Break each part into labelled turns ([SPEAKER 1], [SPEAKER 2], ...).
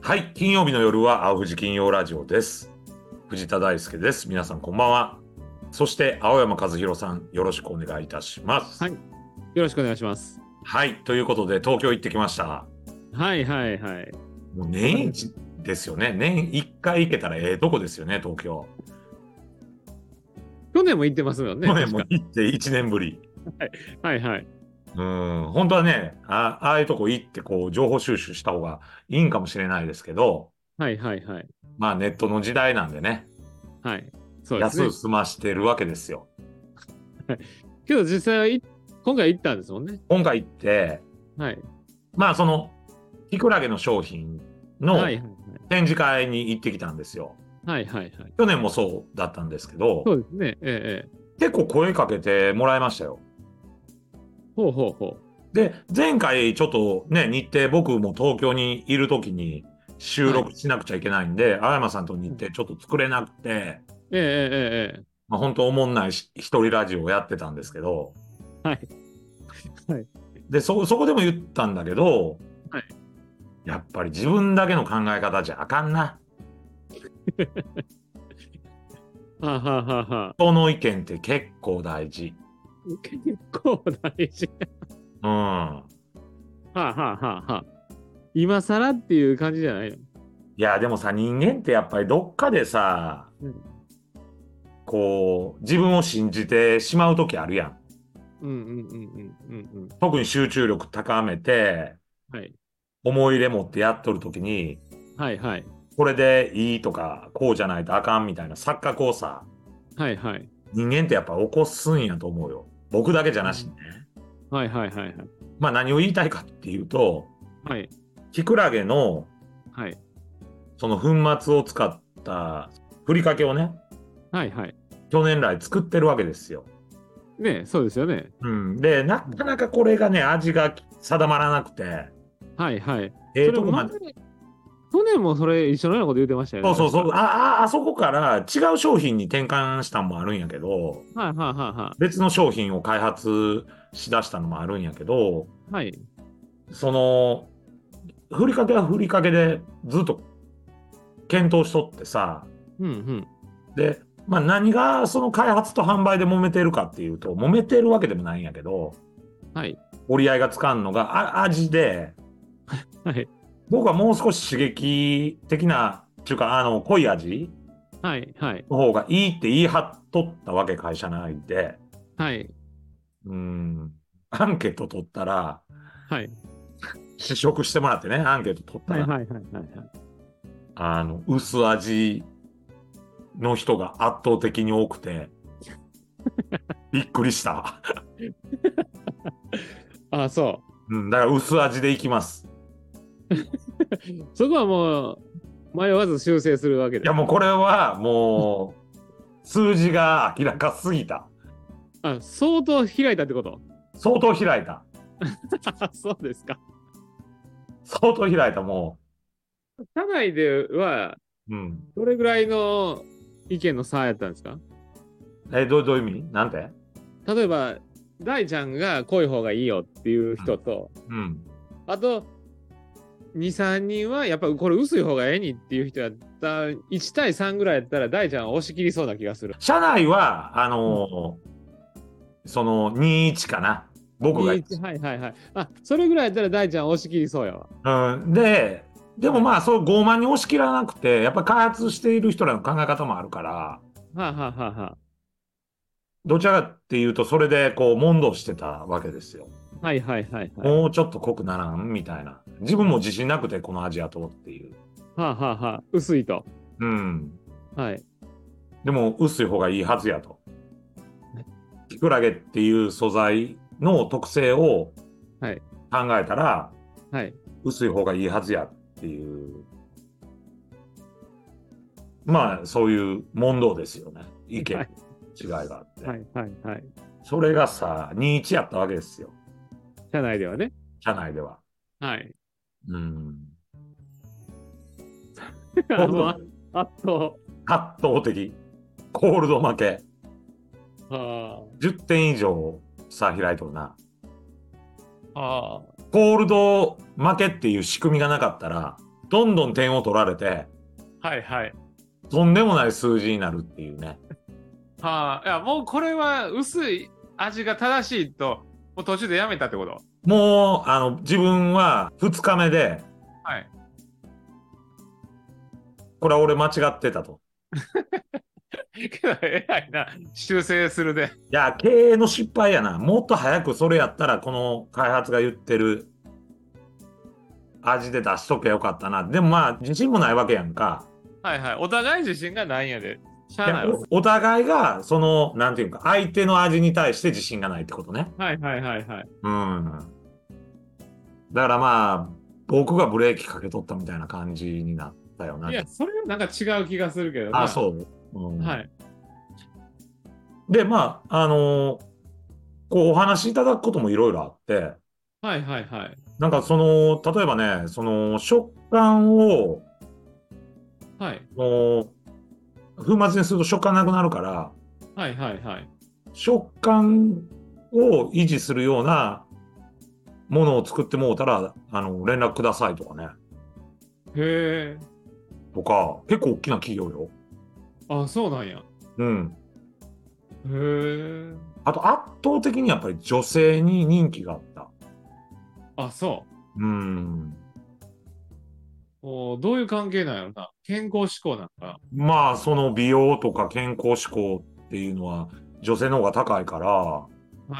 [SPEAKER 1] はい、金曜日の夜は青藤金曜ラジオです。藤田大輔です。皆さんこんばんは。そして青山和弘さん、よろしくお願いいたします。
[SPEAKER 2] はいよろしくお願いします。
[SPEAKER 1] はい、ということで東京行ってきました。
[SPEAKER 2] はいはいはい。
[SPEAKER 1] もう年一ですよね。年一回行けたらええとこですよね、東京。
[SPEAKER 2] 去年も行ってますよね。
[SPEAKER 1] 去年も
[SPEAKER 2] 確
[SPEAKER 1] 行って1年ぶり。
[SPEAKER 2] かはいはい。
[SPEAKER 1] うん、本当はね、あああいうとこ行ってこう情報収集した方がいいんかもしれないですけど、
[SPEAKER 2] はいはいはい。
[SPEAKER 1] まあネットの時代なんでね、
[SPEAKER 2] はい。そうです
[SPEAKER 1] 安
[SPEAKER 2] ね
[SPEAKER 1] く。済ましてるわけですよ。
[SPEAKER 2] けど実際はい今回行ったんですもんね。
[SPEAKER 1] 今回行って、
[SPEAKER 2] はい。
[SPEAKER 1] まあその、キクラゲの商品の
[SPEAKER 2] はいはい
[SPEAKER 1] 展
[SPEAKER 2] はい。
[SPEAKER 1] 示会に行ってきたんですよ。
[SPEAKER 2] はいはいはい。
[SPEAKER 1] 去年もそうだったんですけど、
[SPEAKER 2] そうですね。ええええ。
[SPEAKER 1] 結構声かけてもらいましたよ。
[SPEAKER 2] ほうほうほ
[SPEAKER 1] で、前回ちょっとね、日程僕も東京にいる時に収録しなくちゃいけないんで、青山さんと日程ちょっと作れなくて、
[SPEAKER 2] う。えええええ
[SPEAKER 1] まあ、本当おもんないし一人ラジオをやってたんですけど、
[SPEAKER 2] はいはい
[SPEAKER 1] でそそこでも言ったんだけど、
[SPEAKER 2] はい
[SPEAKER 1] やっぱり自分だけの考え方じゃあかんな
[SPEAKER 2] え。はあ、はあはあはあ、
[SPEAKER 1] 人の意見って結構大事
[SPEAKER 2] 結構大事。
[SPEAKER 1] うん
[SPEAKER 2] はあ、はあはあはあ、今更っていう感じじゃないの
[SPEAKER 1] いやでもさ人間ってやっぱりどっかでさ、
[SPEAKER 2] うん
[SPEAKER 1] こう自分を信じてしまう時あるやん
[SPEAKER 2] うんうんうんうんうん
[SPEAKER 1] 特に集中力高めて
[SPEAKER 2] うん。はい。
[SPEAKER 1] 思い入れ持ってやっとる時に
[SPEAKER 2] はいはい。
[SPEAKER 1] これでいいとかこうじゃないとあかんみたいな錯覚をさ
[SPEAKER 2] はいはい。
[SPEAKER 1] 人間ってやっぱ起こすんやと思うよ僕だけじゃなしにね、
[SPEAKER 2] はいはいはいはい。
[SPEAKER 1] まあ何を言いたいかっていうと
[SPEAKER 2] はい
[SPEAKER 1] キクラゲの
[SPEAKER 2] はい。
[SPEAKER 1] その粉末を使ったふりかけをね
[SPEAKER 2] はいはい。
[SPEAKER 1] 去年来作ってるわけですよ、
[SPEAKER 2] ねえそうですよね。
[SPEAKER 1] うん、でなかなかこれがね味が定まらなくて
[SPEAKER 2] はいはい。
[SPEAKER 1] ええ
[SPEAKER 2] それ
[SPEAKER 1] とこ
[SPEAKER 2] も
[SPEAKER 1] まで
[SPEAKER 2] 去年もそれ一緒のようなこと言ってましたよ
[SPEAKER 1] そ
[SPEAKER 2] ね。
[SPEAKER 1] うそうそうあああそこから違う商品に転換したんもあるんやけど
[SPEAKER 2] はいはいはいは
[SPEAKER 1] 別の商品を開発しだしたのもあるんやけど
[SPEAKER 2] い。はい。
[SPEAKER 1] そのふりかけはふりかけでずっと検討しとってさ
[SPEAKER 2] うんうん。
[SPEAKER 1] で、まあ、何がその開発と販売で揉めてるかっていうと揉めてるわけでもないんやけど
[SPEAKER 2] はい。
[SPEAKER 1] 折り合いがつかんのがあ味で
[SPEAKER 2] はい。
[SPEAKER 1] 僕はもう少し刺激的なっていうかあの濃い味
[SPEAKER 2] はい。はい。
[SPEAKER 1] の方がいいって言い張っとったわけ会社内で
[SPEAKER 2] はい。
[SPEAKER 1] うんアンケート取ったら
[SPEAKER 2] はい。
[SPEAKER 1] 試食してもらってねアンケート取った
[SPEAKER 2] はい。
[SPEAKER 1] ら
[SPEAKER 2] はい。はい。はい。
[SPEAKER 1] あの、薄味の人が圧倒的に多く て、びっくりした。
[SPEAKER 2] ああ、そ
[SPEAKER 1] うん、だから薄味でいきます。
[SPEAKER 2] う。そこはもう、迷わず修正するわけ
[SPEAKER 1] い
[SPEAKER 2] で
[SPEAKER 1] や、。もうこれはもう、数字が明らかすぎた。
[SPEAKER 2] あ、相当開いたってこと
[SPEAKER 1] 相当開いた。
[SPEAKER 2] あそうですか。
[SPEAKER 1] 相当開いた、も
[SPEAKER 2] 社内では、
[SPEAKER 1] う。うん。
[SPEAKER 2] どれぐらいの意見の差やったんですか
[SPEAKER 1] え、どうどういう意味なんて
[SPEAKER 2] 例えば、大ちゃんが濃い方がいいよっていう人と、
[SPEAKER 1] うん。
[SPEAKER 2] あと、2、3人は、やっぱこれ薄い方がええにっていう人やった、1対3ぐらいやったら大ちゃんは押し切りそうな気がする。
[SPEAKER 1] 社内は、あのーその、21かな。僕が。
[SPEAKER 2] 21はいはいはい。あ、それぐらいやったら大ちゃん押し切りそうやわ。
[SPEAKER 1] うん、で、でもまあ、そう傲慢に押し切らなくて、やっぱ開発している人らの考え方もあるから、
[SPEAKER 2] はあ、はあはあは
[SPEAKER 1] どちらかっていうと、それでこう、問答してたわけですよ。
[SPEAKER 2] あ、はいはいはいはい。
[SPEAKER 1] もうちょっと濃くならんみたいな。自分も自信なくて、このアジアとっていう。
[SPEAKER 2] はあ、はあはあ、薄いと。
[SPEAKER 1] うん。
[SPEAKER 2] はい。
[SPEAKER 1] でも、薄い方がいいはずやと。キクラゲっていう素材の特性を考
[SPEAKER 2] は
[SPEAKER 1] え
[SPEAKER 2] い
[SPEAKER 1] たら、
[SPEAKER 2] はい。
[SPEAKER 1] 薄い方がいいはずやっていう。まあ、そういう問答ですよね。意見、
[SPEAKER 2] はい
[SPEAKER 1] 違いがあって。
[SPEAKER 2] はいはいはい。
[SPEAKER 1] それがさ、21やったわけですよ。
[SPEAKER 2] 社内ではね。
[SPEAKER 1] 社内では。
[SPEAKER 2] はい。
[SPEAKER 1] うん。
[SPEAKER 2] もう あっと。
[SPEAKER 1] 圧倒的。コールド負け。
[SPEAKER 2] は
[SPEAKER 1] 10点以上差開いとるな。
[SPEAKER 2] あ、はああ。
[SPEAKER 1] コールド負けっていう仕組みがなかったら、どんどん点を取られて、
[SPEAKER 2] はいはい。
[SPEAKER 1] とんでもない数字になるっていうね。
[SPEAKER 2] はあ。いや、もうこれは薄い味が正しいと、もう途中でやめたってこと
[SPEAKER 1] もう、あの、自分は2日目で、
[SPEAKER 2] はい。
[SPEAKER 1] これは俺間違ってたと。
[SPEAKER 2] けど、偉いな。修正するで。
[SPEAKER 1] いや、経営の失敗やな。もっと早くそれやったら、この開発が言ってる味で出しとけばよかったな。でもまあ、自信もないわけやんか。
[SPEAKER 2] はいはい。お互い自信がないんやで。しゃ
[SPEAKER 1] い
[SPEAKER 2] あな
[SPEAKER 1] や
[SPEAKER 2] いわ。
[SPEAKER 1] おお互いが、その、なんていうか、相手の味に対して自信がないってことね。
[SPEAKER 2] はいはいはいはい。
[SPEAKER 1] うん。だからまあ、僕がブレーキかけとったみたいな感じになったよな。
[SPEAKER 2] いや、それなんか違う気がするけどな。
[SPEAKER 1] あ、そう。うん
[SPEAKER 2] はい。
[SPEAKER 1] で、まあ、あのーこうお話しいただくこともいろいろあって、
[SPEAKER 2] はいはいはい。
[SPEAKER 1] なんかその、例えばね、その食感を、
[SPEAKER 2] はい
[SPEAKER 1] もう粉末にすると食感なくなるから、
[SPEAKER 2] はいはいはい。
[SPEAKER 1] 食感を維持するようなものを作ってもうたら、あの、連絡くださいとかね。
[SPEAKER 2] へえ。
[SPEAKER 1] とか、結構大きな企業よ。
[SPEAKER 2] あ、そうなんや。へ
[SPEAKER 1] うん。
[SPEAKER 2] え。
[SPEAKER 1] あと、圧倒的にやっぱり女性に人気があった。
[SPEAKER 2] あ、そう。
[SPEAKER 1] うん。
[SPEAKER 2] おーどういう関係なんやろな健康志向なんか
[SPEAKER 1] まあその美容とか健康志向っていうのは女性の方が高いから
[SPEAKER 2] なは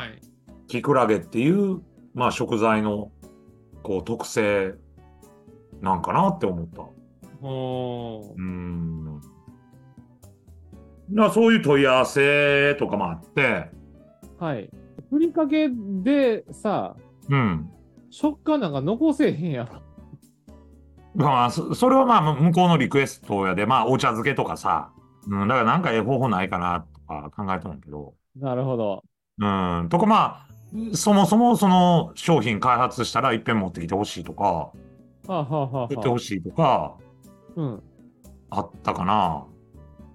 [SPEAKER 2] い。
[SPEAKER 1] キクラゲっていう、まあ、食材のこう特性なんかなって思った。
[SPEAKER 2] おー
[SPEAKER 1] うんだからそういう問い合わせとかもあって、
[SPEAKER 2] はい。ふりかけでさ、
[SPEAKER 1] うん。
[SPEAKER 2] 食感なんか残せへんやろ。
[SPEAKER 1] まあ、そそれはまあ、向こうのリクエストやで、まあ、お茶漬けとかさ、うん、だからなんかええ方法ないかなとか考えたんやけど、
[SPEAKER 2] なるほど。
[SPEAKER 1] うん。とか、まあ、そもそもその商品開発したらいっぺん持ってきてほしいとか、
[SPEAKER 2] はあ、はあはあ
[SPEAKER 1] 売ってほ
[SPEAKER 2] は
[SPEAKER 1] しいとか、
[SPEAKER 2] あ、うん。
[SPEAKER 1] あったかな。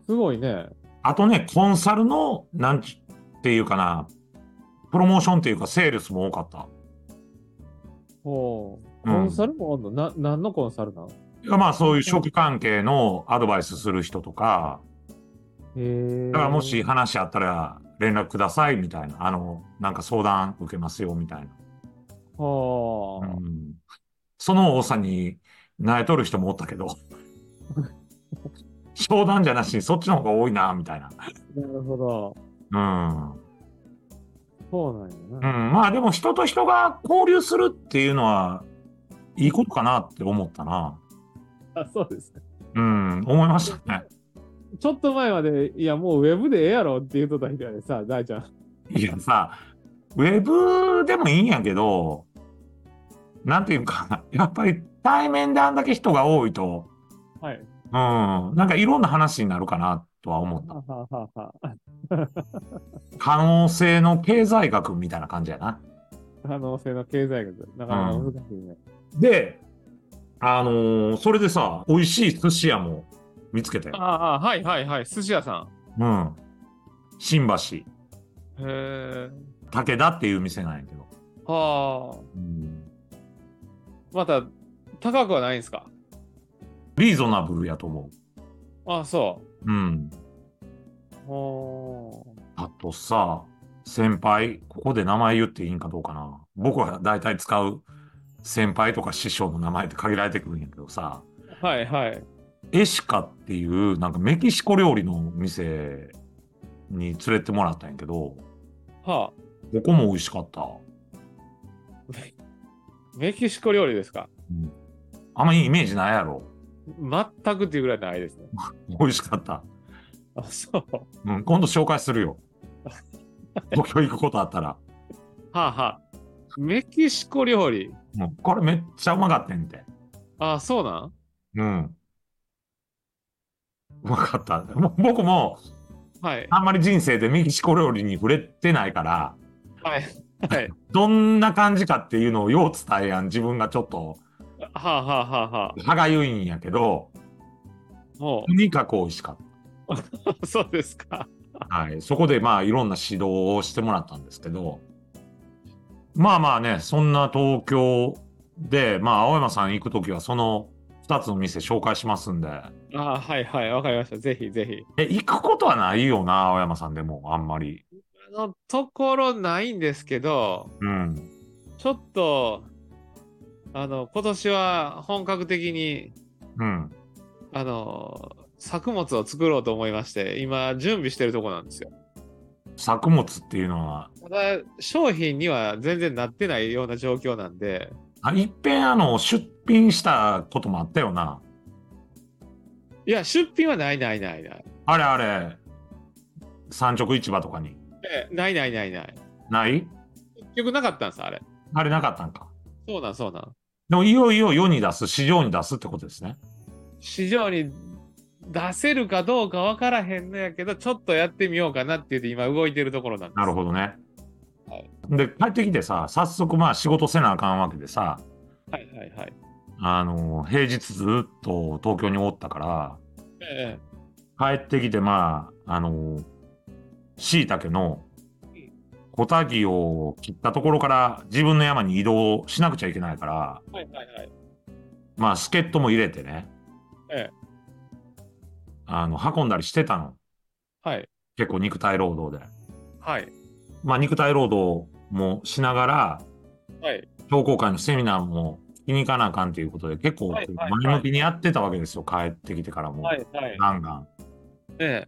[SPEAKER 2] すごいね。
[SPEAKER 1] あとね、コンサルの、なんちっていうかな、プロモーションっていうか、セールスも多かった。
[SPEAKER 2] おー
[SPEAKER 1] うん
[SPEAKER 2] コンサルもおんの、な何のコンサルなんへ
[SPEAKER 1] いやまあ、そういう食関係のアドバイスする人とか、
[SPEAKER 2] え。
[SPEAKER 1] だからもし。話あったら連絡くださいみたいな、あの、なんか相談受けますよみたいな。
[SPEAKER 2] はあ
[SPEAKER 1] う。んその多さに泣いとる人もおったけ ど、商談じゃなしにそっちの方が多いな、みたいな。
[SPEAKER 2] なるほど。
[SPEAKER 1] うん。
[SPEAKER 2] そうなん
[SPEAKER 1] う
[SPEAKER 2] やな。
[SPEAKER 1] ん、まあでも人と人が交流するっていうのは、いいことかなって思ったな。
[SPEAKER 2] あ、そうですね。
[SPEAKER 1] うん、思いましたね。
[SPEAKER 2] ちょっと前まで、いや、もうウェブでええやろって言うとった人やでさ、大ちゃん。
[SPEAKER 1] いやさ、ウェブでもいいんやけど、なんていうか、やっぱり対面であんだけ人が多いと、
[SPEAKER 2] はい。
[SPEAKER 1] うん、なんかいろんな話になるかなとは思った。
[SPEAKER 2] はあはあはあはあ。
[SPEAKER 1] 可能性の経済学みたいな感じやな。
[SPEAKER 2] 可能性の経済学、なかなか難しいね。
[SPEAKER 1] で、あのーそれでさ、美味しい寿司屋も見つけて、
[SPEAKER 2] ああ、はいはいはい、寿司屋さ
[SPEAKER 1] うん、新橋、
[SPEAKER 2] ん。へえ。
[SPEAKER 1] 武田っていう店なんやけど。
[SPEAKER 2] はあ。
[SPEAKER 1] うん
[SPEAKER 2] また、高くはないんですか
[SPEAKER 1] リーゾナブルやと思。
[SPEAKER 2] ああ、そう
[SPEAKER 1] うん。
[SPEAKER 2] う。お
[SPEAKER 1] あとさ、先輩、ここで名前言っていいんかどうかな。僕は大体使う先輩とか師匠の名前って限られてくるんやけどさ、
[SPEAKER 2] ーはいはい。
[SPEAKER 1] エシカっていうなんかメキシコ料理の店に連れてもらったんやけど、こ
[SPEAKER 2] はあ。
[SPEAKER 1] こも美味しかった。
[SPEAKER 2] メキシコ料理ですか
[SPEAKER 1] あんまりイメージないやろ。
[SPEAKER 2] 全くっていうぐらいないですね。
[SPEAKER 1] 美味しかった。
[SPEAKER 2] あ、そう。は
[SPEAKER 1] うん、今度紹介するよ。東京行くことあったら。
[SPEAKER 2] あはあ。メキシコ料理
[SPEAKER 1] うん、これめっちゃうまかったんて。
[SPEAKER 2] ああ、そうな
[SPEAKER 1] う
[SPEAKER 2] ん
[SPEAKER 1] ん。分かった。もう僕も、
[SPEAKER 2] はい。
[SPEAKER 1] あんまり人生でメキシコ料理に触れてないから、
[SPEAKER 2] はい。はい。
[SPEAKER 1] どんな感じかっていうのをよう伝えやん、自分がちょっと
[SPEAKER 2] はあはあはあはあ。
[SPEAKER 1] 歯がゆいんやけど、
[SPEAKER 2] も
[SPEAKER 1] とにかく美味しかっ
[SPEAKER 2] う、 そうですか。
[SPEAKER 1] た。はい。そこでまあいろんな指導をしてもらったんですけど、まあまあね、そんな東京で、まあ、青山さん行くときは、その2つの店紹介しますんで。
[SPEAKER 2] ああ、はいはい、わかりました。ぜひぜ
[SPEAKER 1] え、
[SPEAKER 2] ひ。
[SPEAKER 1] 行くことはないよな、青山さんでも、あんまり。
[SPEAKER 2] あのところないんですけど、
[SPEAKER 1] うん。
[SPEAKER 2] ちょっと、あの、今年は本格的に、
[SPEAKER 1] うん。
[SPEAKER 2] あの、作物を作ろうと思いまして、今、準備してるとこなんですよ。
[SPEAKER 1] 作物っていうのは、
[SPEAKER 2] ただ、商品には全然なってないような状況なんで、
[SPEAKER 1] あ、いっぺん、あの、出品したこともあったよな。
[SPEAKER 2] いや、出品はないないないない。
[SPEAKER 1] あれあれ、産直市場とかに。
[SPEAKER 2] ええないないないない。
[SPEAKER 1] ない
[SPEAKER 2] 結局なかったんです、あれ。
[SPEAKER 1] あれなかったんか。
[SPEAKER 2] そうなんそうなん。
[SPEAKER 1] でも、いよいよ世に出す、市場に出すってことですね。
[SPEAKER 2] 市場に出せるかどうかわからへんのやけど、ちょっとやってみようかなって言って今動いてるところなんです。
[SPEAKER 1] なるほどね。
[SPEAKER 2] はい
[SPEAKER 1] で、帰ってきてさ、早速、まあ、仕事せなあかんわけでさ、
[SPEAKER 2] はいはいはい。
[SPEAKER 1] あの、平日ずっと東京におったから、
[SPEAKER 2] ええ
[SPEAKER 1] 帰ってきて、まあ、あの、しいたけの
[SPEAKER 2] ん
[SPEAKER 1] 小たぎを切ったところから自分の山に移動しなくちゃいけないから、
[SPEAKER 2] はいはいはい。
[SPEAKER 1] まあ、助っ人も入れてね、
[SPEAKER 2] ええ
[SPEAKER 1] あの、運んだりしてたの。
[SPEAKER 2] はい。
[SPEAKER 1] 結構肉体労働で。
[SPEAKER 2] はい。
[SPEAKER 1] まあ、肉体労働もしながら、
[SPEAKER 2] はい。
[SPEAKER 1] 商工会のセミナーも聞きに行かなあかんということで、結構
[SPEAKER 2] は
[SPEAKER 1] 前
[SPEAKER 2] いはいはい
[SPEAKER 1] 向きにやってたわけですよ、帰ってきてからも。
[SPEAKER 2] はい。はい。
[SPEAKER 1] ガンガン。
[SPEAKER 2] ええ。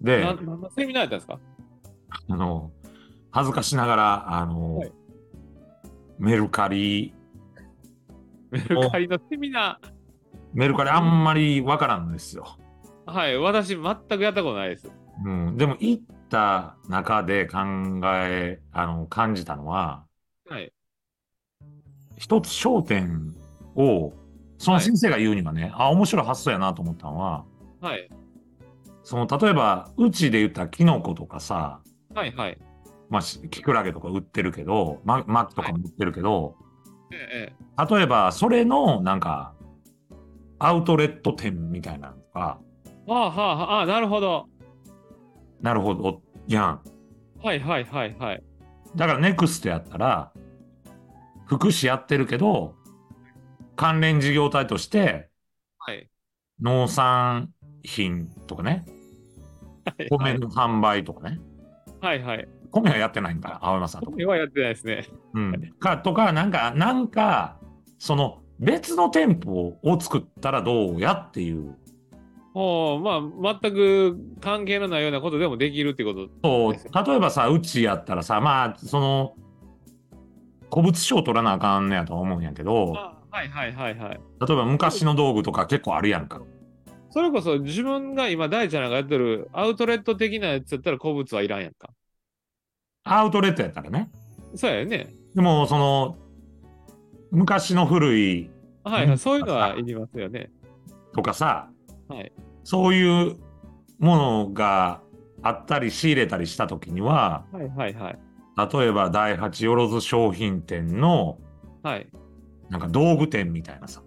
[SPEAKER 1] で、
[SPEAKER 2] な
[SPEAKER 1] あ
[SPEAKER 2] 何のセミナーやったんですか
[SPEAKER 1] の、恥ずかしながら、あの、
[SPEAKER 2] はい
[SPEAKER 1] メルカリ、
[SPEAKER 2] メルカリのセミナー。
[SPEAKER 1] メルカリあんまりわからんのですよ。
[SPEAKER 2] はい。私、全くやったことないです。
[SPEAKER 1] うん。でも、行った中で考え、あの、感じたのは、
[SPEAKER 2] はい。
[SPEAKER 1] 一つ焦点を、その先生が言うにはね、あ、面白い発想やなと思ったのは、
[SPEAKER 2] はい。
[SPEAKER 1] その、例えば、うちで言ったらキノコとかさ、
[SPEAKER 2] はいはい。
[SPEAKER 1] まあ、しキクラゲとか売ってるけど、ママックとかも売ってるけど、
[SPEAKER 2] ええ。
[SPEAKER 1] 例えば、それの、なんか、アウトレット店みたいなのとか、
[SPEAKER 2] ああ、はあ、はああ、なるほど。
[SPEAKER 1] なるほど、やん。
[SPEAKER 2] はいはいはいはい。
[SPEAKER 1] だから、ネクストやったら、福祉やってるけど、関連事業体として、
[SPEAKER 2] はい。
[SPEAKER 1] 農産品とかね、
[SPEAKER 2] は
[SPEAKER 1] 米
[SPEAKER 2] い
[SPEAKER 1] の販売とかね、
[SPEAKER 2] はいはい。
[SPEAKER 1] 米はやってないんだ、青山さんとか。
[SPEAKER 2] 米はやってないですね。
[SPEAKER 1] うん。か、とか、なんか、なんか、その、別の店舗を作ったらどうやっていう
[SPEAKER 2] おお、まあ、全く関係のないようなことでもできるってこと。
[SPEAKER 1] そう
[SPEAKER 2] です
[SPEAKER 1] 例えばさうちやったらさまあその古物商取らなあかんねやとは思うんやけど
[SPEAKER 2] あはいはいはいはい。
[SPEAKER 1] 例えば昔の道具とか結構あるやんか
[SPEAKER 2] それこそ自分が今、大ちゃんがやってるアウトレット的なやつだったら古物はいらんやんか。
[SPEAKER 1] アウトレットやったらね
[SPEAKER 2] そうやよね。
[SPEAKER 1] でもその昔の古い
[SPEAKER 2] はい、
[SPEAKER 1] うん
[SPEAKER 2] はい、そういうのはいりますよね。
[SPEAKER 1] とかさ、
[SPEAKER 2] はい
[SPEAKER 1] そういうものがあったり仕入れたりした時には
[SPEAKER 2] はいはいはい。
[SPEAKER 1] 例えば第八よろず商品店の
[SPEAKER 2] はい。
[SPEAKER 1] なんか道具店みたいなさ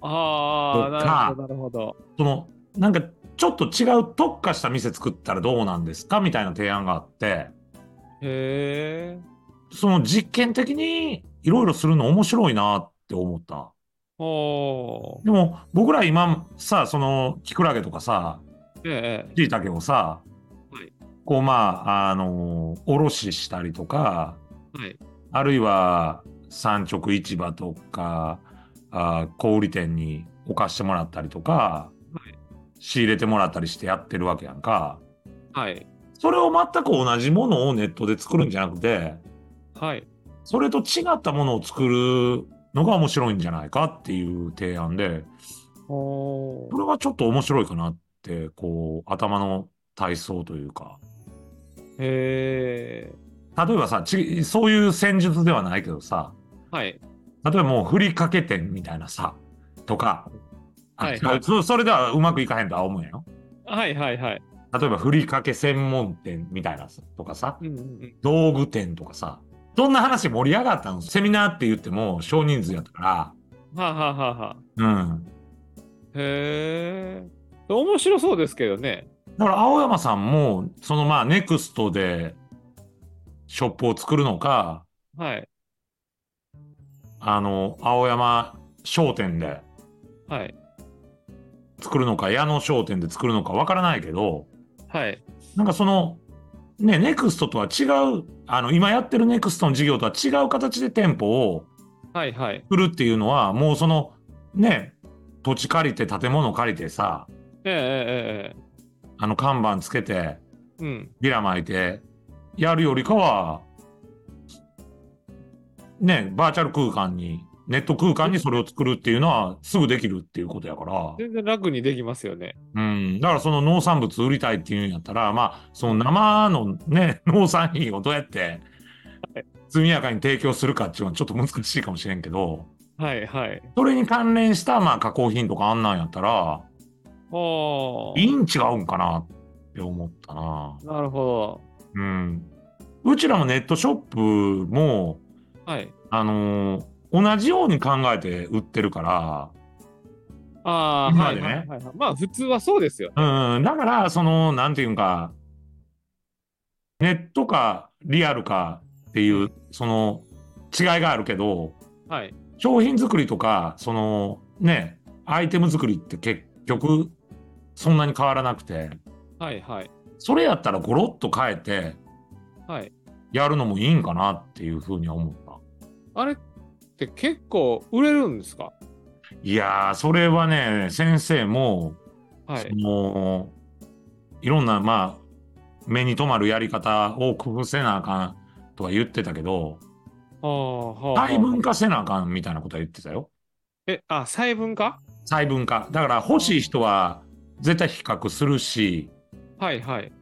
[SPEAKER 1] と
[SPEAKER 2] あ
[SPEAKER 1] か
[SPEAKER 2] あ、なるほど、なるほど。
[SPEAKER 1] そのなんかちょっと違う特化した店作ったらどうなんですかみたいな提案があって
[SPEAKER 2] へえ。
[SPEAKER 1] その実験的にいろいろするの面白いなって思った
[SPEAKER 2] おお。
[SPEAKER 1] でも僕ら今さそのキクラゲとかさ
[SPEAKER 2] ええ。
[SPEAKER 1] しいたけをさ、
[SPEAKER 2] はい
[SPEAKER 1] こうまああのおろししたりとか
[SPEAKER 2] はい。
[SPEAKER 1] あるいは産直市場とかあ小売店に置かしてもらったりとか、仕入れてもらったりしてやってるわけやんか。
[SPEAKER 2] はい。
[SPEAKER 1] それを全く同じものをネットで作るんじゃなくて、
[SPEAKER 2] はい。
[SPEAKER 1] それと違ったものを作るのが面白いんじゃないかっていう提案で、
[SPEAKER 2] おお
[SPEAKER 1] こ。れはちょっと面白いかなって、こう、頭の体操というか。
[SPEAKER 2] へえ。
[SPEAKER 1] 例えばさち、そういう戦術ではないけどさ、
[SPEAKER 2] はい。
[SPEAKER 1] 例えばもうふりかけ店みたいなさ、とか、あ
[SPEAKER 2] はい
[SPEAKER 1] 違うそそれではうまくいかへんとは思うんやよ。
[SPEAKER 2] はいはいはい。
[SPEAKER 1] 例えばふりかけ専門店みたいなさとかさ、
[SPEAKER 2] うんうんうん。
[SPEAKER 1] 道具店とかさ、どんな話盛り上がったのセミナーって言っても少人数やったか
[SPEAKER 2] はあ、はあはあはあ、
[SPEAKER 1] ら、うん。
[SPEAKER 2] へえ。面白そうですけどね。
[SPEAKER 1] だから青山さんも、そのまあネクストでショップを作るのか、
[SPEAKER 2] はい。
[SPEAKER 1] あの、青山商店で
[SPEAKER 2] はい。
[SPEAKER 1] 作るのか、矢野商店で作るのかわからないけど、
[SPEAKER 2] はい。
[SPEAKER 1] なんかその、ね、ネクストとは違う、あの、今やってるネクストの事業とは違う形で店舗を
[SPEAKER 2] はい。はい。
[SPEAKER 1] 作るっていうのは、もうその、ね、土地借りて建物借りてさ、
[SPEAKER 2] えええええ
[SPEAKER 1] あの看板つけて、
[SPEAKER 2] えうん。
[SPEAKER 1] ビラ巻いてやるよりかは、ね、バーチャル空間に、ネット空間にそれを作るっていうのはすぐできるっていうことやから、
[SPEAKER 2] 全然楽にできますよね。
[SPEAKER 1] うん、だからその農産物売りたいっていうんやったら、まあ、その生のね、 農産品をどうやって速やかに提供するかっていうのはちょっと難しいかもしれんけど、
[SPEAKER 2] はい。はい。
[SPEAKER 1] それに関連した、まあ、加工品とかあんなんやったら、
[SPEAKER 2] お
[SPEAKER 1] いい
[SPEAKER 2] ー。
[SPEAKER 1] ん違うんかなって思ったな。
[SPEAKER 2] なるほ
[SPEAKER 1] うん。うちらもネットショップも、
[SPEAKER 2] ど。はい。
[SPEAKER 1] あのー同じように考えて売ってるか
[SPEAKER 2] ああ、
[SPEAKER 1] 今
[SPEAKER 2] はい
[SPEAKER 1] でね
[SPEAKER 2] はいはいはい。まあ、普通はそうですよ。
[SPEAKER 1] ら、うん、だから、その、なんていうんか、ネットかリアルかっていう、その、違いがあるけど、
[SPEAKER 2] はい。
[SPEAKER 1] 商品作りとか、その、ね、アイテム作りって結局、そんなに変わらなくて、
[SPEAKER 2] はい。はい。
[SPEAKER 1] それやったらゴロッと変えて、
[SPEAKER 2] はい。
[SPEAKER 1] やるのもいいんかなっていうふうには思った。
[SPEAKER 2] あれって結構売れるんですか
[SPEAKER 1] いやー、それはね、先生も、
[SPEAKER 2] は
[SPEAKER 1] そ
[SPEAKER 2] い。
[SPEAKER 1] のいろんなまあ目に留まるやり方を工夫せなあかんとは言ってたけど
[SPEAKER 2] ああ、はあ。
[SPEAKER 1] 細分化せなあかんみたいなことは言ってたよ
[SPEAKER 2] え、あ、細分化
[SPEAKER 1] 細分化だから欲しい人は絶対比較するし
[SPEAKER 2] はいはい。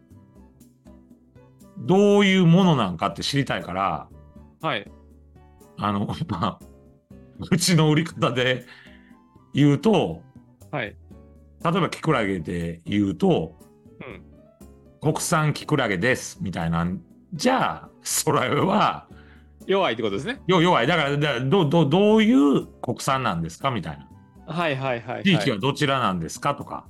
[SPEAKER 1] どういうものなんかって知りたいから
[SPEAKER 2] はい。
[SPEAKER 1] あの まあうちの売り方で言うと
[SPEAKER 2] はい。
[SPEAKER 1] 例えばキクラゲで言うと
[SPEAKER 2] うん。
[SPEAKER 1] 国産キクラゲですみたいなんじゃあそれは
[SPEAKER 2] 弱いってことですね。
[SPEAKER 1] よ弱い。だから、だどうどうどういう国産なんですかみたいな。
[SPEAKER 2] はいはいはい、はい。
[SPEAKER 1] 地域はどちらなんですかとか。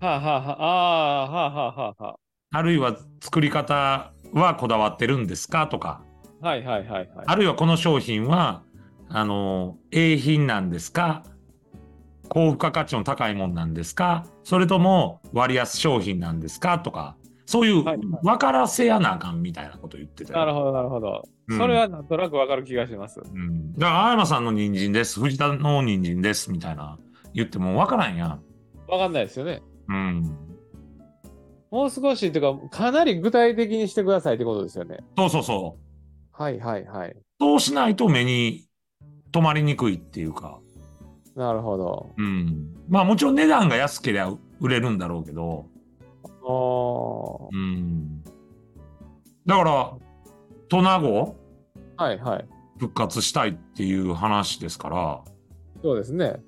[SPEAKER 2] はあ、はあはあ、ああ、はあはあはあ。
[SPEAKER 1] あるいは作り方はこだわってるんですかとか。
[SPEAKER 2] はいはいはいはい。
[SPEAKER 1] あるいはこの商品は、あの、A 品なんですか高付加価値の高いもんなんですかそれとも割安商品なんですかとか。そういう
[SPEAKER 2] はいはい
[SPEAKER 1] 分からせやなあかんみたいなこと言ってたよ
[SPEAKER 2] なるほどなるほど。
[SPEAKER 1] うん
[SPEAKER 2] それはなんとなくわかる気がします。
[SPEAKER 1] うん、だから、青山さんの人参です。藤田の人参です。みたいな言っても分からんやん。
[SPEAKER 2] わかんないですよね。
[SPEAKER 1] うん。
[SPEAKER 2] もう少しというか、かなり具体的にしてくださいってことですよね。
[SPEAKER 1] そうそうそう。
[SPEAKER 2] はいはいはい。
[SPEAKER 1] そうしないと目に止まりにくいっていうか。
[SPEAKER 2] なるほど。
[SPEAKER 1] うん。まあもちろん値段が安ければ売れるんだろうけど。
[SPEAKER 2] お
[SPEAKER 1] うん。だから、トナゴ
[SPEAKER 2] ーはいはい。
[SPEAKER 1] 復活したいっていう話ですから、
[SPEAKER 2] そうですね。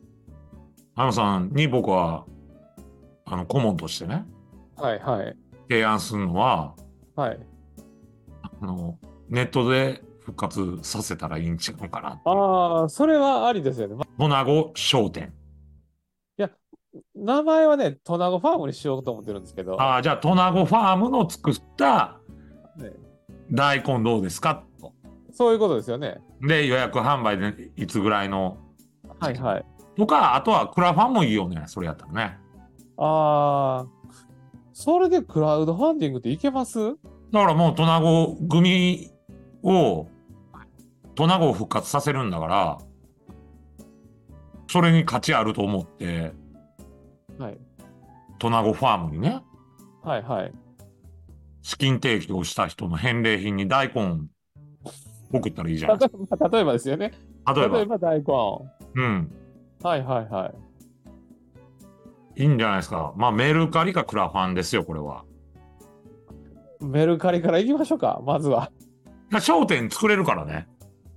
[SPEAKER 1] 浜さんに僕は、あの、顧問としてね、
[SPEAKER 2] はいはい。
[SPEAKER 1] 提案するのは、
[SPEAKER 2] はい。
[SPEAKER 1] あの、ネットで復活させたらいいんちゃうかなっていう。
[SPEAKER 2] ああ、それはありですよね。ま
[SPEAKER 1] トナゴ商店。
[SPEAKER 2] 名前はね、トナゴファームにしようと思ってるんですけど。
[SPEAKER 1] ああ、じゃあ、トナゴファームの作った
[SPEAKER 2] ね
[SPEAKER 1] 大根どうですかと。
[SPEAKER 2] そういうことですよね。
[SPEAKER 1] で、予約販売でいつぐらいの。
[SPEAKER 2] はいはい。
[SPEAKER 1] とか、あとはクラファンもいいよね、それやったらね。
[SPEAKER 2] ああ、それでクラウドファンディングっていけます
[SPEAKER 1] だからもう、トナゴ組を、トナゴを復活させるんだから、それに価値あると思って、
[SPEAKER 2] はい。
[SPEAKER 1] トナゴファームにね、
[SPEAKER 2] はいはい。
[SPEAKER 1] 資金提供した人の返礼品に大根送ったらいいじゃ
[SPEAKER 2] 例
[SPEAKER 1] な
[SPEAKER 2] え
[SPEAKER 1] いです
[SPEAKER 2] ば例えばですよね。
[SPEAKER 1] か。例
[SPEAKER 2] 例
[SPEAKER 1] えば
[SPEAKER 2] え、ば大根。
[SPEAKER 1] うん、
[SPEAKER 2] はいはいはい。
[SPEAKER 1] いいんじゃないですか。まあ、メルカリかクラファンですよ、これは。
[SPEAKER 2] メルカリから行きましょうか、まずは。
[SPEAKER 1] だから商店作れるからね。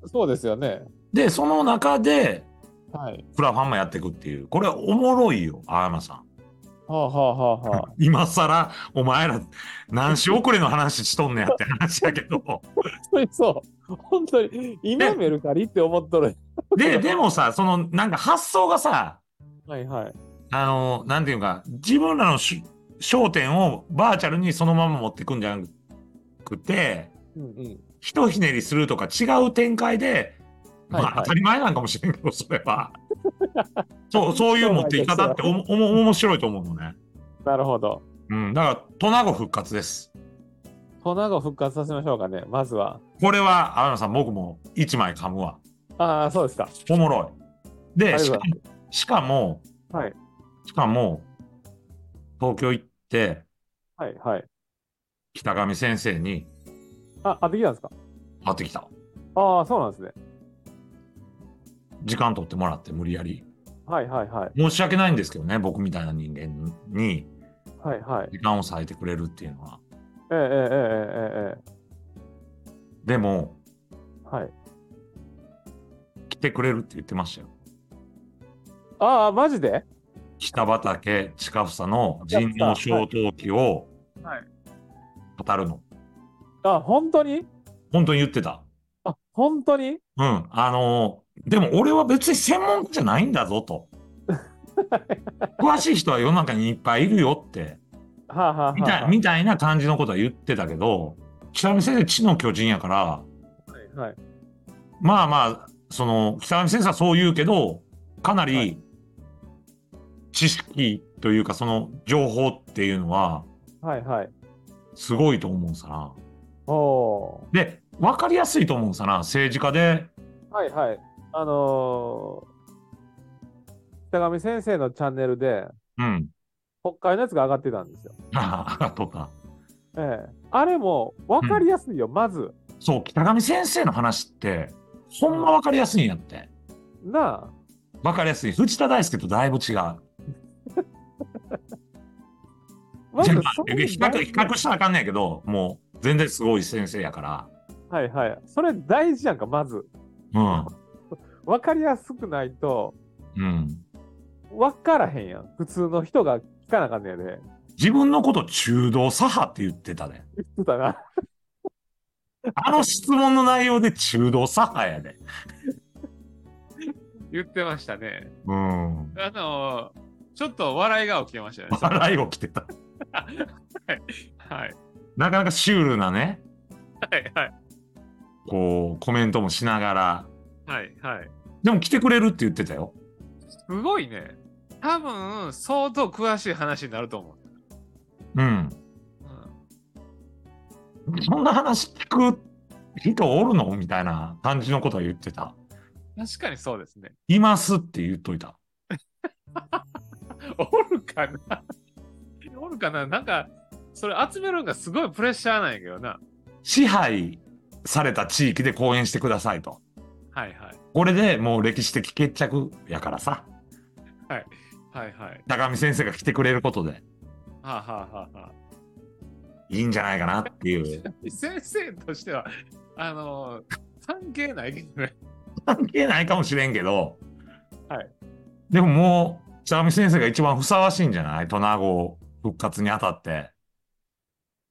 [SPEAKER 2] そうですよね。
[SPEAKER 1] で、その中で、
[SPEAKER 2] はい。
[SPEAKER 1] クラファンもやっていくっていう。これおもろいよ、青山さん。
[SPEAKER 2] はあはあはあはあ。
[SPEAKER 1] 今更、お前ら、何し遅れの話しとんねやって話やけ ど。
[SPEAKER 2] 本当にそう。本当に、今
[SPEAKER 1] ね
[SPEAKER 2] メルカリって思っとる。
[SPEAKER 1] で、でもさ、その、なんか発想がさ、
[SPEAKER 2] はいはい。
[SPEAKER 1] あの、なんていうか、自分らのし焦点をバーチャルにそのまま持ってくんじゃなくて、
[SPEAKER 2] うんうん。
[SPEAKER 1] ひとひねりするとか違う展開で、まあ
[SPEAKER 3] はいはい
[SPEAKER 1] 当たり前なんかもしれんけど、それ は。そう、そういう持っていき方っておもおも面白いと思うのね。
[SPEAKER 2] なるほど。
[SPEAKER 1] うん、だから、トナゴ復活です。
[SPEAKER 2] 粉を復活させましょうかね、まずは。
[SPEAKER 1] これは、青山さん、僕も一枚噛むわ。
[SPEAKER 2] ああ、そうですか。
[SPEAKER 1] おもろい。
[SPEAKER 2] あ
[SPEAKER 1] で、
[SPEAKER 2] り
[SPEAKER 1] し
[SPEAKER 2] が
[SPEAKER 1] か
[SPEAKER 2] とうござい
[SPEAKER 1] しかも、
[SPEAKER 2] はい
[SPEAKER 1] しかも、東京行って、
[SPEAKER 2] はい、はい。
[SPEAKER 1] 北上先生に
[SPEAKER 2] あ、あ、できたんですか
[SPEAKER 1] 会ってきた。
[SPEAKER 2] ああ、そうなんですね。
[SPEAKER 1] 時間取ってもらって、無理やり。
[SPEAKER 2] はい、はい、はい。
[SPEAKER 1] 申し訳ないんですけどね、僕みたいな人間に
[SPEAKER 2] はい、はい。
[SPEAKER 1] 時間を割いてくれるっていうのは。
[SPEAKER 2] えええええええ
[SPEAKER 1] でも、
[SPEAKER 2] えはい。
[SPEAKER 1] 来てくれるって言ってましたよ。
[SPEAKER 2] ああ、マジで
[SPEAKER 1] 北畠近房の人能小闘記を
[SPEAKER 2] はい
[SPEAKER 1] 語るの。
[SPEAKER 2] あ、本当に
[SPEAKER 1] 本当に言ってた。
[SPEAKER 2] あ、本当に
[SPEAKER 1] うん。あのーでも俺は別に専門家じゃないんだぞ と。詳しい人は世の中にいっぱいいるよって、
[SPEAKER 2] はあ、はあはあ、
[SPEAKER 1] みたいみたいな感じのことは言ってたけど、北上先生、知の巨人やから、
[SPEAKER 2] はい、はい。
[SPEAKER 1] まあまあ、その、北上先生はそう言うけど、かな
[SPEAKER 2] は
[SPEAKER 1] り、知識というか、その情報っていうのは、
[SPEAKER 2] はい、はい。
[SPEAKER 1] すごいと思うんさな。
[SPEAKER 2] おお
[SPEAKER 1] で、わかりやすいと思うんさな。政治家で、
[SPEAKER 2] ー。はい、はい。あのー、北上先生のチャンネルで、
[SPEAKER 1] うん、
[SPEAKER 2] 国会のやつが上がってたんですよ。
[SPEAKER 1] ああ、とか。
[SPEAKER 2] ええあれも分かりやすいよ、まず。
[SPEAKER 1] そう、北上先生の話って、ほんまわかりやすいんやって。
[SPEAKER 2] な
[SPEAKER 1] わかりやすい。藤田大輔とだいぶ違う。
[SPEAKER 2] あ。ま
[SPEAKER 1] じ
[SPEAKER 2] ず
[SPEAKER 1] ゃあまあ
[SPEAKER 2] それ
[SPEAKER 1] 比較、比較したらあかんねんけど、もう、全然すごい先生やから。
[SPEAKER 2] はいはい。それ大事やんか、まず。
[SPEAKER 1] うん、
[SPEAKER 2] 分かりやすくないと、
[SPEAKER 1] うん。
[SPEAKER 2] 分からへんやん。普通の人が聞かなあかんねやで。
[SPEAKER 1] 自分のこと中道左派って言ってたで。
[SPEAKER 2] 言ってたな。
[SPEAKER 1] あの質問の内容で中道左派やで。
[SPEAKER 2] 言ってましたね。
[SPEAKER 1] うん。
[SPEAKER 2] あのちょっと笑いが起きてましたね
[SPEAKER 1] 笑いをきてた。
[SPEAKER 2] はい。
[SPEAKER 1] なかなかシュールなね、
[SPEAKER 2] はいはい。
[SPEAKER 1] こう、コメントもしながら。
[SPEAKER 2] はいはい。
[SPEAKER 1] でも来てくれるって言ってたよ。
[SPEAKER 2] すごいね。多分、相当詳しい話になると思う。
[SPEAKER 1] うん。そんな話聞く人おるのみたいな感じのことは言ってた。
[SPEAKER 2] 確かにそうですね。
[SPEAKER 1] いますって言っといた。
[SPEAKER 2] おるかな おるかななんか、それ集めるのがすごいプレッシャーなんやけどな。
[SPEAKER 1] 支配された地域で講演してくださいと。
[SPEAKER 2] はいはい。
[SPEAKER 1] これでもう歴史的決着やからさ。
[SPEAKER 2] はいはい。
[SPEAKER 1] 高見先生が来てくれることで
[SPEAKER 2] はあ、はあはあはい
[SPEAKER 1] いんじゃないかなっていう。
[SPEAKER 2] あ、先生としては、あのー関係ないけどね。
[SPEAKER 1] 関係ないかもしれんけど。
[SPEAKER 2] はい。
[SPEAKER 1] でももう、北上先生が一番ふさわしいんじゃないトナゴ復活にあたって、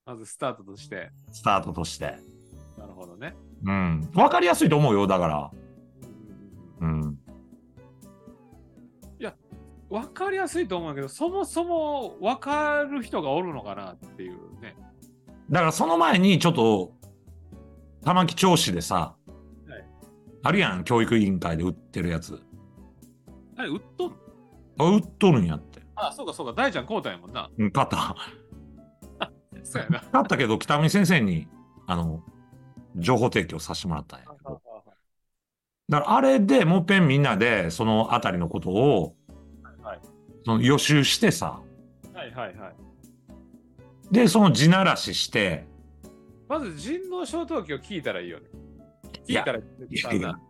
[SPEAKER 2] まずスタートとして。
[SPEAKER 1] スタートとして。
[SPEAKER 2] なるほどね。
[SPEAKER 1] うん。わかりやすいと思うよ、だから。
[SPEAKER 2] うん
[SPEAKER 1] うん。
[SPEAKER 2] わかりやすいと思うけど、そもそもわかる人がおるのかなっていうね。
[SPEAKER 1] だからその前にちょっと、玉木調子でさ、
[SPEAKER 2] はい
[SPEAKER 1] あるやん、教育委員会で売ってるやつ。
[SPEAKER 2] あれ、うっとん
[SPEAKER 1] あ売っとるんやって。
[SPEAKER 2] あそうかそうか、大ちゃん交代やもんな。
[SPEAKER 1] うん、買った。
[SPEAKER 2] そうやな。
[SPEAKER 1] 買ったけど、北見先生に、あの、情報提供させてもらったんやけど。だからあれでもうぺんみんなで、そのあたりのことを、
[SPEAKER 2] はい
[SPEAKER 1] その予習してさ、
[SPEAKER 2] はいはいはい。
[SPEAKER 1] で、その地ならしして、
[SPEAKER 2] まず人狼小闘記を聞いたらいいよね。
[SPEAKER 1] い
[SPEAKER 2] 聞
[SPEAKER 1] や
[SPEAKER 2] いたら
[SPEAKER 1] い
[SPEAKER 2] 絶
[SPEAKER 1] やい
[SPEAKER 2] 対
[SPEAKER 1] や
[SPEAKER 2] な、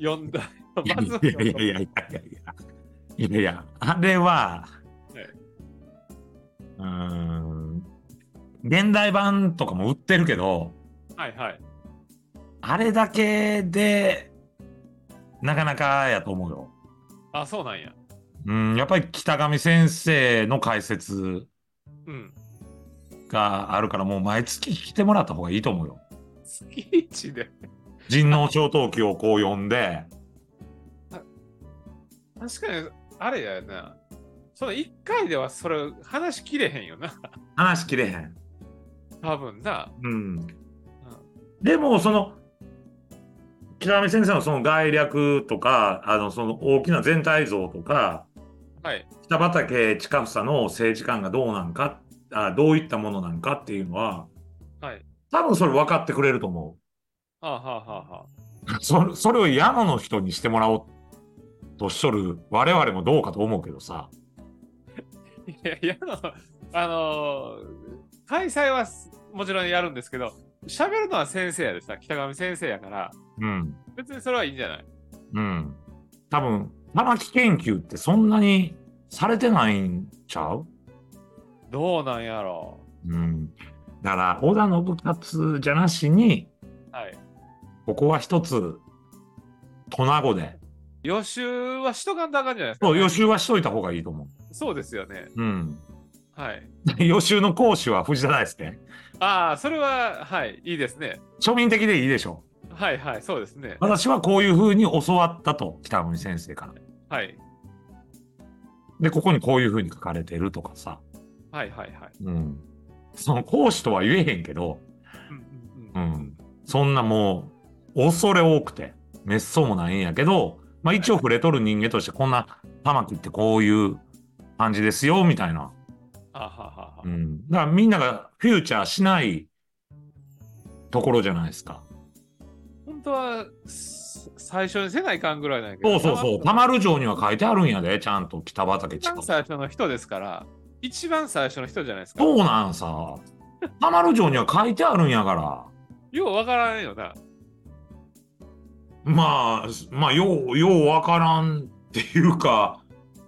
[SPEAKER 2] 読んだ。
[SPEAKER 1] いや
[SPEAKER 2] まずはい
[SPEAKER 1] やいやいやいやいやいやいやいやあれは、
[SPEAKER 2] え
[SPEAKER 1] うーん現代版とかも売ってるけど
[SPEAKER 2] はいはい。
[SPEAKER 1] あれだけでなかなかやと思うよ。
[SPEAKER 2] あ、そうなんや。
[SPEAKER 1] うん、やっぱり北上先生の解説
[SPEAKER 2] うん。
[SPEAKER 1] があるからもう毎月聞いてもらった方がいいと思うよ。
[SPEAKER 2] 月一で。
[SPEAKER 1] 人能超闘記をこう読んで、
[SPEAKER 2] 確かに、あれやな。その一回ではそれ話しきれへんよな。
[SPEAKER 1] 話切れへん。
[SPEAKER 2] 多分な。
[SPEAKER 1] うん。でも、その、北上先生のその概略とか、あの、その大きな全体像とか、
[SPEAKER 2] はい。
[SPEAKER 1] 北畠近房の政治観がどうなんか、あどういったものなんかっていうのは、
[SPEAKER 2] はい。
[SPEAKER 1] 多分それ分かってくれると思
[SPEAKER 2] はあ、はあはあはあ、
[SPEAKER 1] う。 そそれを山の人にしてもらおうとしとる我々もどうかと思うけどさ。
[SPEAKER 2] いや、いや、あのー開催はすもちろんやるんですけど、喋るのは先生やでさ、北上先生やから、
[SPEAKER 1] うん。
[SPEAKER 2] 別にそれはいいんじゃない
[SPEAKER 1] うん。多分、玉木研究ってそんなにされてないんちゃう
[SPEAKER 2] どうなんやろ
[SPEAKER 1] うん。だから、織田信勝じゃなしに、
[SPEAKER 2] う。はい。
[SPEAKER 1] ここは一つ、ナゴで。
[SPEAKER 2] 予習はしとかんとあかんじゃないですか、
[SPEAKER 1] そう、予習はしといた方がいいと思
[SPEAKER 2] そうですよね。
[SPEAKER 1] う。うん。
[SPEAKER 2] はい。
[SPEAKER 1] 予習の講師は藤田大輔。
[SPEAKER 2] ああ、それは、はい、いいですね。
[SPEAKER 1] 庶民的でいいでしょう。
[SPEAKER 2] はいはい、そうですね。
[SPEAKER 1] 私はこういうふうに教わったと、北上先生から。
[SPEAKER 2] はい。
[SPEAKER 1] で、ここにこういうふうに書かれてるとかさ。
[SPEAKER 2] はいはいはい。
[SPEAKER 1] うん。その講師とは言えへんけど、
[SPEAKER 2] うん
[SPEAKER 1] う
[SPEAKER 2] うんうん
[SPEAKER 1] ん。そんなもう、恐れ多くて、滅相もないんやけど、まあ一応触れとる人間として、こんな玉木ってこういう感じですよ、みたいな。
[SPEAKER 2] あははは
[SPEAKER 1] う。ん。だからみんながフューチャーしないところじゃないですか。
[SPEAKER 2] 本当は、す最初にせないかんぐらいなんやけ
[SPEAKER 1] そ
[SPEAKER 2] ど。
[SPEAKER 1] うそうそう。玉丸城には書いてあるんやで、ちゃんと北畠
[SPEAKER 2] 一
[SPEAKER 1] 近
[SPEAKER 2] 番
[SPEAKER 1] く。
[SPEAKER 2] 最初の人ですから、一番最初の人じゃないですか。
[SPEAKER 1] そうなんさ。玉丸城には書いてあるんやから。
[SPEAKER 2] ようわからんよな。
[SPEAKER 1] まあ、まあ、よう、ようわからんっていうか、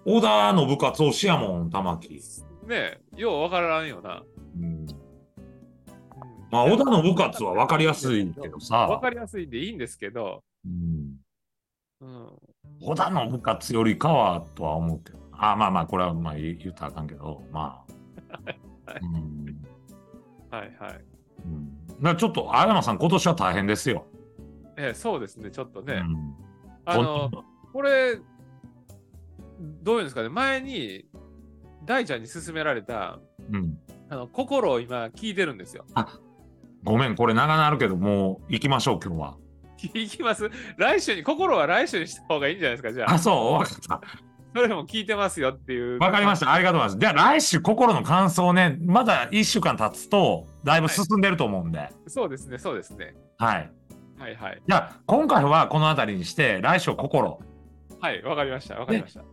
[SPEAKER 1] 織田の部活推しやもん、玉木。
[SPEAKER 2] ねえ、ようわからんよな。
[SPEAKER 1] うん
[SPEAKER 2] うん
[SPEAKER 1] まあ、織田の部活は分かりやすいけど
[SPEAKER 2] わ
[SPEAKER 1] さ、
[SPEAKER 2] かりやすいんでいいんですけど、
[SPEAKER 1] うん、
[SPEAKER 2] うん、
[SPEAKER 1] 織田の部活よりかはとは思うけど、あまあまあ、これはまあ言言ったらあかんけど、まあ。 うん
[SPEAKER 2] はいはい。
[SPEAKER 1] うん、だからちょっと、青山さん、今年は大変ですよ。
[SPEAKER 2] ええ、そうですね、ちょっとね。
[SPEAKER 1] うん
[SPEAKER 2] あの、
[SPEAKER 1] ほん
[SPEAKER 2] これ、どういうんですかね、前に大ちゃんに勧められた、
[SPEAKER 1] うん、
[SPEAKER 2] あの心を今、聞いてるんですよ。
[SPEAKER 1] ごめん、これ長なるけど、もう行きましょう、今日 は。
[SPEAKER 2] 聞きます来週に、心は来週にした方がいいんじゃないですか、じゃあ
[SPEAKER 1] あ、。そう、わかった。
[SPEAKER 2] それも聞いてますよっていう。
[SPEAKER 1] わかりました。ありがとうございます。じゃあ来週、心の感想ね、まだ1週間経つと、だいぶ進んでると思うんで。はい。
[SPEAKER 2] そうですね、そうですね。はいはい。
[SPEAKER 1] じゃあ、今回はこの辺りにして、来週は心。
[SPEAKER 2] はい、わかりました、わかりました。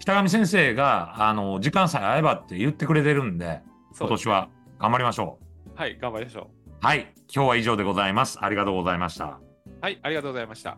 [SPEAKER 1] 北上先生が、あの、時間さえ合えばって言ってくれてるんで、今
[SPEAKER 2] そうです
[SPEAKER 1] 年は頑張りましょ
[SPEAKER 2] はい、頑張りましょ
[SPEAKER 1] う。はい。今日は以上でございます。ありがとうございました。
[SPEAKER 2] う。はい、ありがとうございました。